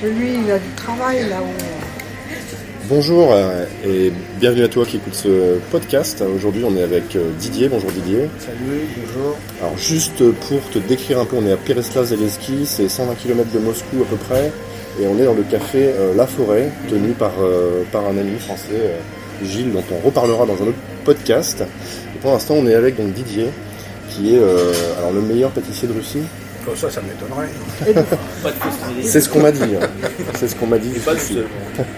que lui, il a du travail là-haut. Bonjour euh, et bienvenue à toi qui écoute ce podcast. Aujourd'hui, on est avec euh, Didier. Bonjour Didier. Salut, bonjour. Alors, juste pour te décrire un peu, on est à Peresla Zeleski, c'est 120 km de Moscou à peu près, et on est dans le café euh, La Forêt, tenu par, euh, par un ami français, euh, Gilles, dont on reparlera dans un autre podcast. Et pour l'instant, on est avec donc Didier, qui est euh, alors le meilleur pâtissier de Russie. Comme Oh, ça, ça m'étonnerait. Pas de possibilité. C'est ce qu'on m'a dit. hein. C'est ce qu'on m'a dit. Et pas de seul.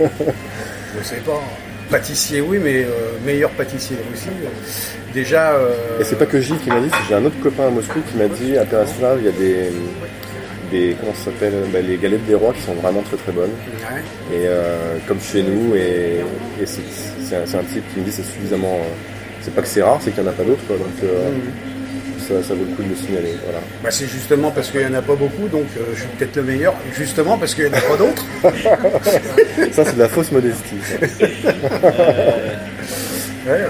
Je sais pas. Pâtissier, oui, mais euh, meilleur pâtissier de Russie. euh, Déjà. euh, Et c'est pas que Gilles qui m'a dit, c'est j'ai un autre copain à Moscou qui m'a dit à Peresla, il y a des, des comment ça s'appelle, Bah, les galettes des rois qui sont vraiment très très bonnes. ouais. Et euh, comme chez nous, et, et c'est- c'est un, c'est un type qui me dit c'est suffisamment. euh, c'est pas que c'est rare, c'est qu'il n'y en a pas d'autres, quoi. Donc euh, Mm. ça, ça vaut le coup de le signaler. Voilà. Bah, c'est justement parce qu'il n'y en a pas beaucoup, donc euh, je suis peut-être le meilleur. Justement parce qu'il n'y en a pas d'autres. Ça, c'est de la fausse modestie. ça. Ouais, ouais.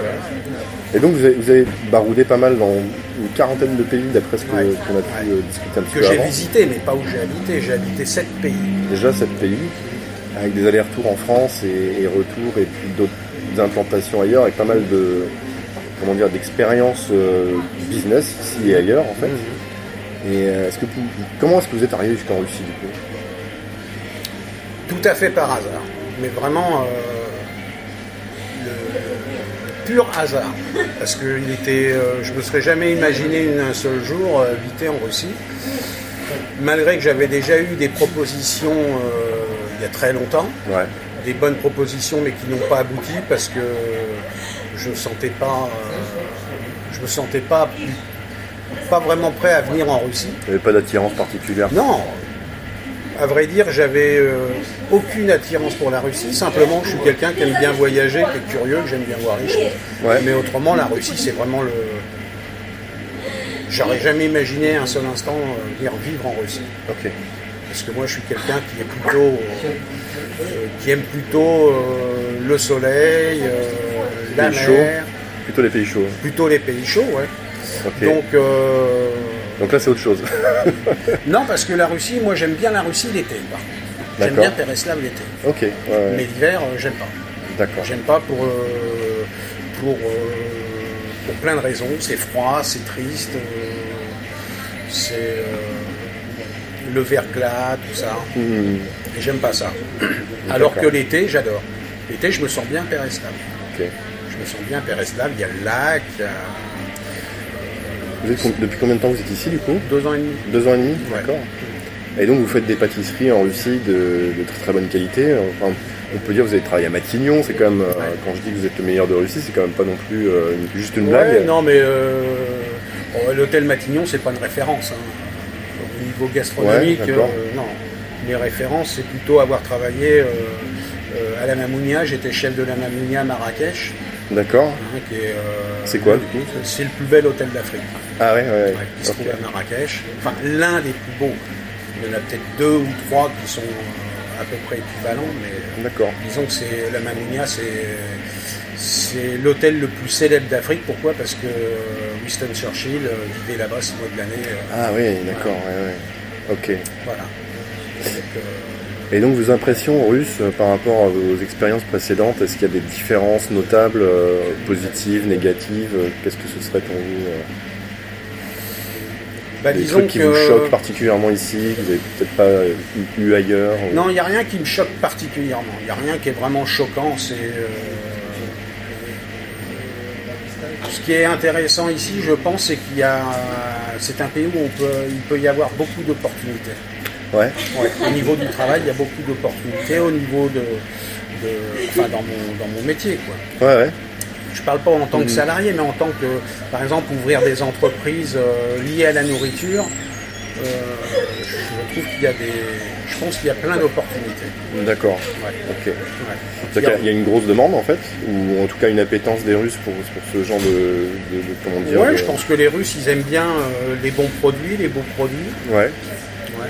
Et donc, vous avez, vous avez baroudé pas mal dans une quarantaine de pays, d'après ce que- qu'on Ouais. a pu euh, discuter un petit Que peu j'ai avant. visité, mais pas où j'ai habité. J'ai habité sept pays. Déjà, sept pays, avec des allers-retours en France et, et retours, et puis d'autres implantations ailleurs, avec pas mal de. Comment dire, d'expériences euh, business ici et ailleurs en fait. Et euh, est-ce que vous- comment est-ce que vous êtes arrivé jusqu'en Russie du coup Tout à fait par hasard. Mais vraiment. euh, le Pur hasard, parce que il était, euh, je me serais jamais imaginé une- un seul jour euh, habiter en Russie. malgré que j'avais déjà eu des propositions euh, il y a très longtemps, Ouais. des bonnes propositions mais qui n'ont pas abouti parce que je ne sentais pas, euh, je me sentais pas, pas vraiment prêt à venir en Russie. Il n'y avait pas d'attirance particulière. Non, à vrai dire, j'avais euh, aucune attirance pour la Russie. Simplement, je suis quelqu'un qui aime bien voyager, qui est curieux, que j'aime bien voir les choses. Ouais. Mais autrement, la Russie, c'est vraiment le. J'aurais jamais imaginé un seul instant euh, venir vivre en Russie. Ok. Parce que moi, je suis quelqu'un qui est plutôt, euh, euh, qui aime plutôt euh, le soleil, euh, la Les mer, chauds. Plutôt les pays chauds. plutôt les pays chauds. ouais. Ok. Donc euh, Donc là, c'est autre chose. non, parce que la Russie, moi, j'aime bien la Russie l'été. par contre. J'aime D'accord. bien Pereslav l'été, ok. ouais, ouais. mais l'hiver, euh, j'aime pas. D'accord. J'aime pas pour euh, pour euh, pour plein de raisons. C'est froid, c'est triste, euh, c'est euh, le verglas, tout ça. Hmm, Et j'aime pas ça. Alors que D'accord. l'été, j'adore. L'été, je me sens bien Pereslav. ok. Je me sens bien Pereslav. Il y a le lac. il y a Vous êtes com- depuis combien de temps vous êtes ici du coup Deux ans et demi. Deux ans et demi. Ouais. D'accord. Et donc vous faites des pâtisseries en Russie de, de très très bonne qualité. Enfin, on peut dire que vous avez travaillé à Matignon. C'est quand même euh, Ouais. quand je dis que vous êtes le meilleur de Russie, c'est quand même pas non plus euh, une- juste une Ouais, blague. non, mais euh, bon, l'hôtel Matignon, c'est pas une référence. hein. Au niveau gastronomique, Ouais, d'accord. euh, non. Les références, c'est plutôt avoir travaillé euh, euh, à la Mamounia. J'étais chef de la Mamounia à Marrakech. D'accord. hein, qui est, euh, C'est quoi, du coup C'est le plus bel hôtel d'Afrique. Ah ouais. ouais, Ouais, qui se ok. trouve à Marrakech. Enfin, l'un des plus beaux. Il y en a peut-être deux ou trois qui sont euh, à peu près équivalents, mais euh, D'accord. disons que c'est la Mamounia, c'est c'est l'hôtel le plus célèbre d'Afrique. Pourquoi Parce que euh, Winston Churchill euh, vivait là-bas ce mois de l'année. euh, ah, Ah oui, d'accord. Ouais, ouais. Ok. Voilà. Donc, euh, Et donc vos impressions russes euh, par rapport à vos expériences précédentes, est-ce qu'il y a des différences notables, euh, positives, négatives euh, Qu'est-ce que ce serait pour vous euh, bah, Des disons trucs qui que- vous choquent particulièrement ici, que vous n'avez peut-être pas euh, eu- eu ailleurs ou- Non, il n'y a rien qui me choque particulièrement. Il n'y a rien qui est vraiment choquant. C'est euh, ce qui est intéressant ici, je pense, c'est qu'il y a. C'est un pays où on peut, il peut y avoir beaucoup d'opportunités. Ouais, Ouais, Au niveau du travail, il y a beaucoup d'opportunités. Au niveau de, de- enfin, dans mon, dans mon métier, quoi. ouais, ouais. Je parle pas en tant que salarié, mais en tant que, par exemple, ouvrir des entreprises euh, liées à la nourriture. euh, je trouve qu'il y a des, je pense qu'il y a plein d'opportunités. D'accord. Ouais. Ok. Ouais. C'est-à-dire qu'il y a une grosse demande en fait, ou en tout cas une appétence des Russes pour, pour ce genre de, de- de- comment dire. Ouais, de- je pense que les Russes, ils aiment bien euh, les bons produits, les beaux produits. Ouais. Ouais.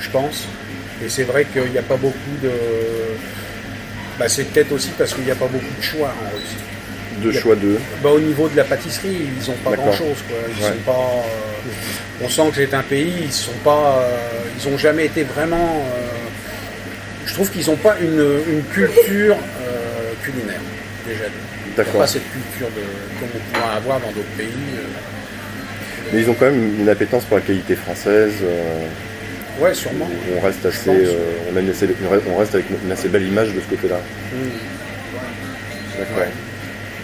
Je pense. Et c'est vrai qu'il n'y a pas beaucoup de. Bah, c'est peut-être aussi parce qu'il n'y a pas beaucoup de choix en Russie. De Il y a- choix d'eux. Bah, au niveau de la pâtisserie, ils n'ont pas D'accord. grand-chose. quoi. Ils Ouais. sont pas. euh, On sent que c'est un pays. Ils sont pas. euh, Ils n'ont jamais été vraiment. euh, Je trouve qu'ils n'ont pas une, une culture euh, culinaire, déjà. Ils n'ont D'accord. pas cette culture de, comme on pourra avoir dans d'autres pays. euh. Mais ils ont quand même une appétence pour la qualité française. euh, Ouais, sûrement. on reste assez, pense. euh, on, a une assez- on reste- on reste avec une assez belle image de ce côté-là. Mm. D'accord. Ouais.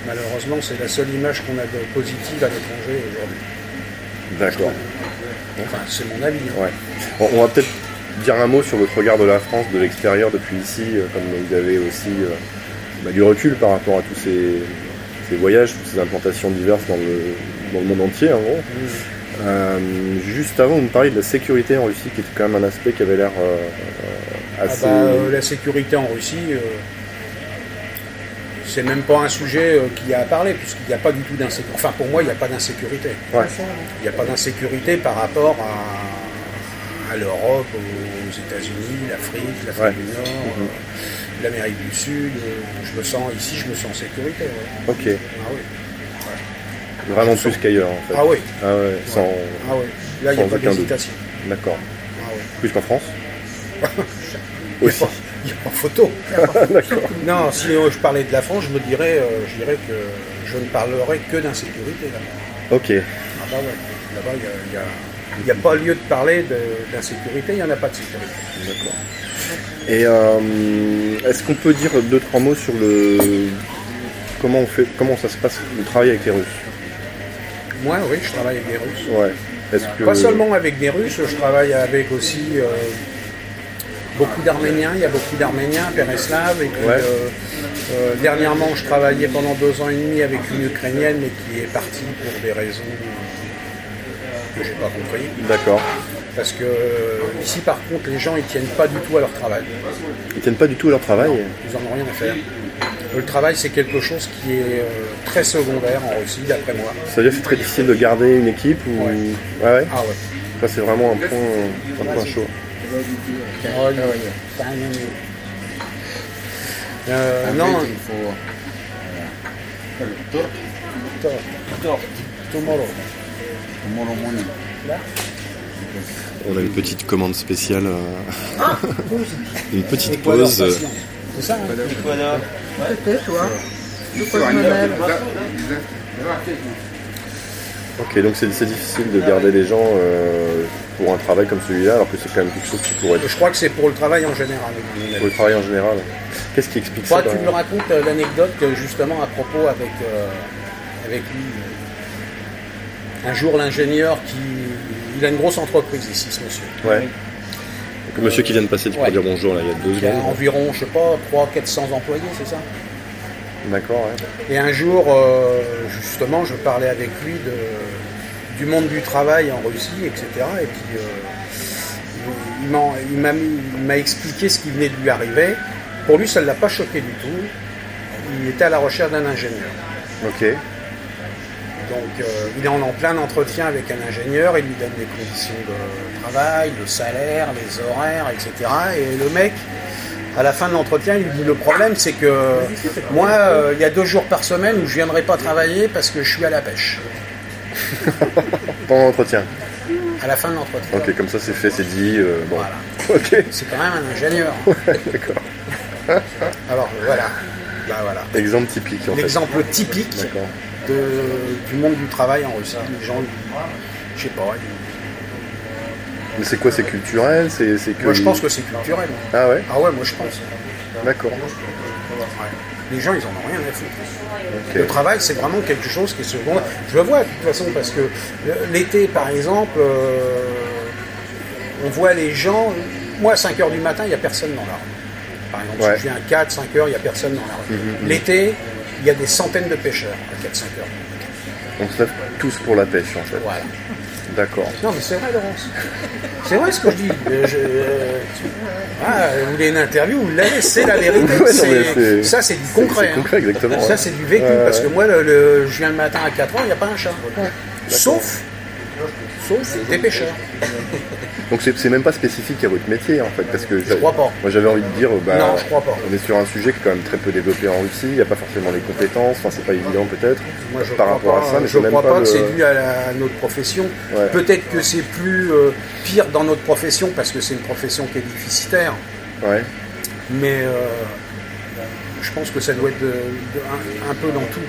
Malheureusement, c'est la seule image qu'on a de positive à l'étranger aujourd'hui. D'accord. Enfin, c'est mon avis. hein. Ouais. On, on va peut-être dire un mot sur votre regard de la France de l'extérieur depuis ici, euh, comme vous avez aussi euh, bah, du recul par rapport à tous ces, ces voyages, toutes ces implantations diverses dans le, dans le monde entier en gros. Mm. Euh, juste avant, vous me parliez de la sécurité en Russie qui était quand même un aspect qui avait l'air euh, euh, Ah assez. bah, euh, la sécurité en Russie, euh, c'est même pas un sujet euh, qu'il y a à parler, puisqu'il n'y a pas du tout d'insécurité. Enfin, pour moi, il n'y a pas d'insécurité. Ouais. Ça, Il n'y a pas d'insécurité par rapport à, à l'Europe, aux États-Unis, l'Afrique, l'Afrique Ouais. Mhm. du Nord, euh, l'Amérique du Sud. euh, je me sens ici, je me sens en sécurité. ouais. Ok, Ah oui. vraiment plus qu'ailleurs en fait. Ah oui. Ah ouais, sans. Ah oui. Là, il n'y a Sans pas aucun doute. d'hésitation. D'accord. Ah oui. Plus qu'en France Il n'y a, Aussi. pas- il y a pas photo. D'accord. Non, si euh, je parlais de la France, je me dirais, euh, je dirais que je ne parlerais que d'insécurité là-bas. Ok. Ah bah ouais, là-bas, il n'y a, il y a- il y a pas lieu de parler de- d'insécurité, il n'y en a pas de sécurité. D'accord. Et euh, est-ce qu'on peut dire deux trois mots sur le comment on fait comment ça se passe le travail avec les Russes Moi, oui, je travaille avec des Russes. Ouais. Est-ce que Pas seulement avec des Russes, je travaille avec aussi euh, beaucoup d'Arméniens. Il y a beaucoup d'Arméniens, Pereslav. Et puis, Ouais. euh, euh, dernièrement, je travaillais pendant deux ans et demi avec une Ukrainienne, mais qui est partie pour des raisons euh, que j'ai pas compris. D'accord. Parce que euh, ici, par contre, les gens ils tiennent pas du tout à leur travail. Ils tiennent pas du tout à leur travail. Ils n'en ont rien à faire. Le travail, c'est quelque chose qui est euh, très secondaire en Russie, d'après moi. Ça veut dire que c'est très difficile de garder une équipe ou Ouais. ouais. ouais. Ah ouais. Ça c'est vraiment un point un point chaud. Euh, non, tomorrow. On a une petite commande spéciale. euh, Ah. une petite Ou alors pause. euh, patient. C'est ça hein Voilà. peut-être, ouais. Je crois que je me lève. Ok, donc c'est c'est difficile de garder les gens euh, pour un travail comme celui-là, alors que c'est quand même quelque chose qui pourrait être Je crois que c'est pour le travail en général. pour le travail en général. Qu'est-ce qui explique Toi, ça tu dans- me racontes euh, l'anecdote euh, justement à propos avec, euh, avec lui. euh, Un jour, l'ingénieur qui. Il a une grosse entreprise ici, ce monsieur. Ouais. Donc, le monsieur qui vient de passer pour Ouais. dire bonjour là, il y a deux Il a secondes. environ, je sais pas, 300-400 employés, c'est ça D'accord, ouais. Et un jour, euh, justement, je parlais avec lui de- du monde du travail en Russie, etc. Et puis, euh, il- il m'en- il m'a il m'a expliqué ce qui venait de lui arriver. Pour lui, ça ne l'a pas choqué du tout. Il était à la recherche d'un ingénieur. Ok. Donc, euh, il est en en plein entretien avec un ingénieur, il lui donne les conditions de travail, le salaire, les horaires, etc. Et le mec, à la fin de l'entretien, il lui dit Le problème, c'est que moi, euh, il y a deux jours par semaine où je viendrai pas travailler parce que je suis à la pêche. Pendant l'entretien. À la fin de l'entretien. Ok, comme ça c'est fait, c'est dit. euh, bon. Voilà. Ok. C'est quand même un ingénieur. D'accord. Alors, voilà. Bah, voilà. Exemple typique en fait. L'exemple typique D'accord. de- du monde du travail en Russie. Les gens, je sais pas. ils- Mais c'est quoi C'est culturel C'est c'est que. Moi, je pense que c'est culturel. Ah ouais Ah ouais, moi, je pense. D'accord. Les gens, ils en ont rien à foutre. Ok. Le travail, c'est vraiment quelque chose qui est secondaire. Je le vois de toute façon parce que euh, l'été, par exemple, euh, on voit les gens. Moi, à 5 h du matin, il n'y a personne dans la rue. Par exemple, Ouais. Mhm, si je viens à 4, 5 h il n'y a personne dans la rue. L'été, il y a des centaines de pêcheurs à 4, 5 heures. On se lève tous pour la pêche en fait. Voilà. D'accord. Non, mais c'est vrai, Laurence. C'est vrai ce que je dis. Euh, je- euh, Ah, vous voulez une interview, vous l'avez, c'est la vérité. Ouais, non, mais C'est- c'est- Ça, c'est du c'est- concret. c'est hein. concret, exactement, Ça, ouais. c'est du vécu. Ouais, parce ouais. que moi, le, le- je viens le matin à 4 ans, il n'y a pas un chat. Sauf, sauf des pêcheurs. Donc c'est c'est même pas spécifique à votre métier en fait, parce que j'a- crois pas. Moi j'avais envie de dire, euh, bah, Non, je crois pas. on est sur un sujet qui est quand même très peu développé en Russie. Il n'y a pas forcément les compétences. Enfin, c'est pas évident peut-être Moi, je par crois rapport à pas, ça, mais je c'est même crois pas, le- que c'est dû à, la- à notre profession. Ouais. Peut-être que c'est plus euh, pire dans notre profession parce que c'est une profession qui est déficitaire. Ouais. Mais euh, je pense que ça doit être de- de- un, un peu dans tout.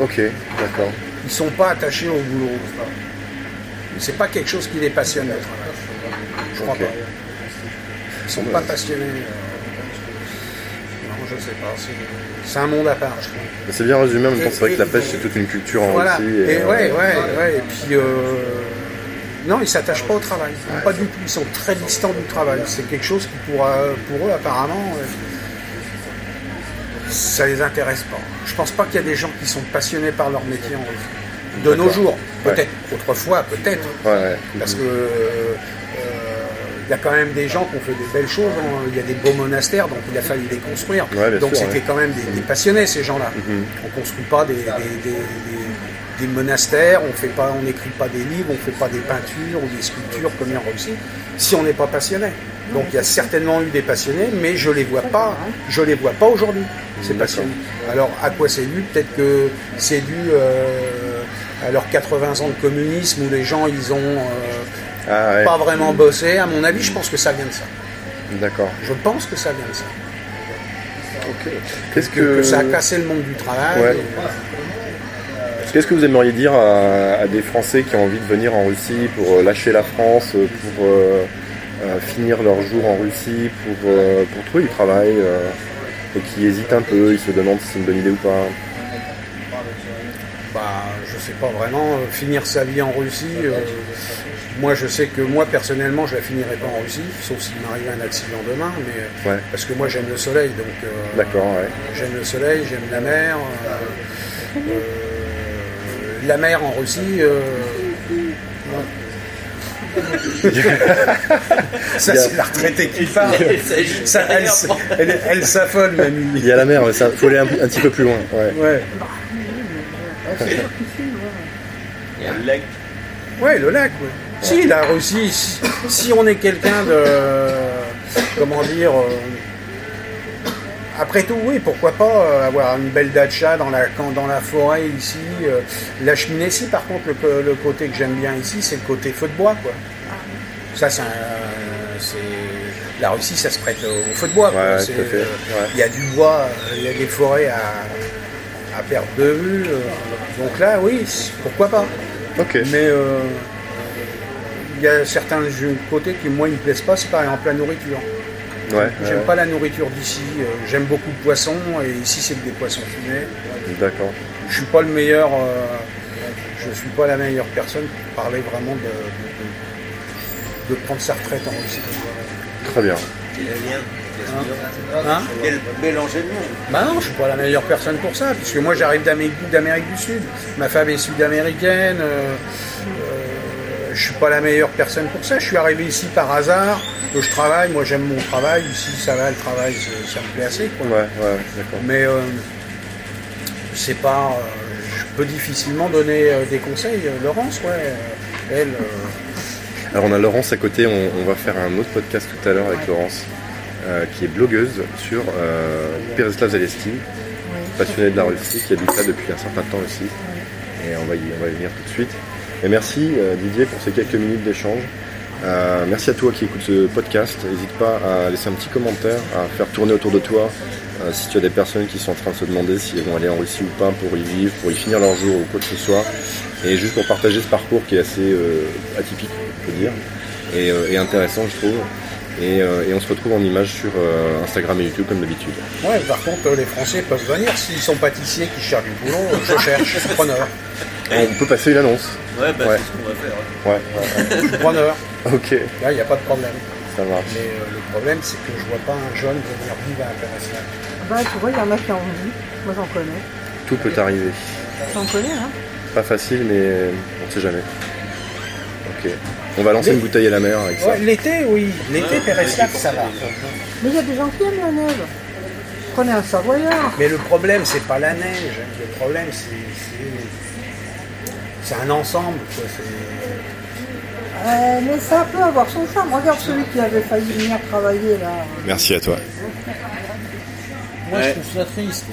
Ok, d'accord. Ils sont pas attachés au boulot. C'est pas quelque chose qui les passionne le travail. Je crois Ok. pas. Ils sont pas passionnés. euh, Non, je sais pas. c'est- C'est un monde à part, je crois. C'est bien résumé, en même temps, Et- c'est vrai que la et- pêche, c'est toute une culture en Voilà. Russie. Et, euh, ouais, ouais, ouais. Et puis, euh, non, ils s'attachent pas au travail. Pas du tout. Ils sont très distants du travail. C'est quelque chose qui, pour, euh, pour eux, apparemment, euh, ça les intéresse pas. Je pense pas qu'il y a des gens qui sont passionnés par leur métier en Russie. De nos jours, Ouais. peut-être. Autrefois, peut-être. Ouais, ouais. Parce que euh, il y a quand même des gens qui ont fait des belles choses. hein. Il y a des beaux monastères, donc il a fallu les construire. Ouais, bien donc sûr, c'était ouais. quand même des, des passionnés ces gens-là. Mhm. On construit pas des, des- des- des- des monastères, on fait pas, on n'écrit pas des livres, on fait pas des peintures ou des sculptures comme en Russie, si on n'est pas passionné. Donc il y a certainement eu des passionnés, mais je les vois pas, je les vois pas aujourd'hui. Ces passionnés. Alors à quoi c'est dû Peut-être que c'est dû euh, à leurs 80 ans de communisme où les gens ils ont euh, Ah, ouais. pas vraiment bossé. À mon avis, je pense que ça vient de ça. euh, D'accord. Je pense que ça vient de ça. Qu'est-ce Que que, ça a cassé le monde du travail. Ouais. Et- qu'est-ce que vous aimeriez dire à, à des Français qui ont envie de venir en Russie pour euh, lâcher la France, euh, pour euh, euh, finir leur jour en Russie, pour, euh, pour trouver du travail euh, et qui hésitent un peu, ils se demandent si c'est une bonne idée ou pas Bah, je sais pas vraiment. euh, Finir sa vie en Russie, euh, moi je sais que moi personnellement je la finirai pas en Russie, sauf s'il m'arrive un accident demain, mais euh, Ouais. parce que moi j'aime le soleil, donc euh, D'accord, ouais. j'aime le soleil, j'aime la mer. euh, euh, la mer en Russie, euh, ça c'est la retraitée qui parle. Ça, elle s- elle elle s'affole, mamie. Il y a la mer, mais ça faut aller un, un petit peu plus loin. Ouais. Ouais. Il y a un lac. Ouais, le lac, ouais. Si, la Russie, si, si on est quelqu'un de. Comment dire. euh, après tout, oui, pourquoi pas euh, avoir une belle dacha dans la, quand- dans la forêt ici. euh, la cheminée, si, par contre, le, co- le côté que j'aime bien ici, c'est le côté feu de bois, quoi. Ça, c'est un- c'est- La Russie, ça se prête au au feu de bois. quoi. Ouais, C'est, tout à fait, euh, ouais. Il y a du bois, euh, il y a des forêts à, à perdre de vue. euh, donc là, oui, pourquoi pas. Ok. Mais euh, il y a certains jeux- côtés qui, moi, ils me plaisent pas. C'est par exemple la nourriture. Ouais, ouais, J'aime ouais. pas la nourriture d'ici. euh, J'aime beaucoup le poisson et ici, c'est que des poissons fumés. D'accord. Je suis pas le meilleur. euh, je suis pas la meilleure personne pour parler vraiment de, de- de- de prendre sa retraite en Russie. Très bien. Hein Quel bel enchaînement. Bah non, je suis pas la meilleure personne pour ça, puisque moi j'arrive d'Amérique du- d'Amérique du Sud. Ma femme est sud-américaine. euh, euh, je suis pas la meilleure personne pour ça. Je suis arrivé ici par hasard. que Je travaille, moi j'aime mon travail. Ici ça va, le travail ça- ça me plaît assez. quoi. Ouais, ouais, d'accord. Mais euh, c'est pas. euh, je peux difficilement donner euh, des conseils. Euh, Laurence, ouais, euh, elle. euh, Alors on a Laurence à côté, on, on va faire un autre podcast tout à l'heure avec Laurence, euh, qui est blogueuse sur euh, Pereslav Zaleski, passionnée de la Russie, qui habite là depuis un certain temps aussi. Et on va y, on va y venir tout de suite. Et merci euh, Didier pour ces quelques minutes d'échange. Euh, merci à toi qui écoutes ce podcast. N'hésite pas à laisser un petit commentaire, à faire tourner autour de toi euh, si tu as des personnes qui sont en train de se demander si elles vont aller en Russie ou pas pour y vivre, pour y finir leur jour ou quoi que ce soit. Et juste pour partager ce parcours qui est assez euh, atypique, on peut dire, et, euh, et intéressant, je trouve. Et, euh, et on se retrouve en images sur euh, Instagram et YouTube comme d'habitude. Ouais, par contre, euh, les Français peuvent venir. S'ils sont pâtissiers qui cherchent du boulot, euh, je cherche, je suis preneur. On peut passer une annonce. Ouais, bah Ouais. c'est ce qu'on va faire. Ouais, ouais, Je suis preneur. ouais. ok, Là, il n'y a pas de problème. ça marche. Mais euh, le problème, c'est que je vois pas un jeune devenir vivre à l'international. Bah, tu vois, il y en a qui ont envie. Moi, j'en connais. Tout peut arriver. J'en connais, hein. Pas facile, mais on sait jamais. Ok. On va lancer une bouteille à la mer avec ça. Ouais, l'été, oui. L'été, Pereslav, ça va. Mais il y a des gens qui aiment la neige. Prenez un savoyard. Mais le problème, c'est pas la neige. hein. Le problème, c'est... c'est- C'est un ensemble, quoi. C'est- Euh, mais ça peut avoir son charme. Regarde celui qui avait failli venir travailler là. Merci à toi. Moi, Ouais. je trouve ça triste.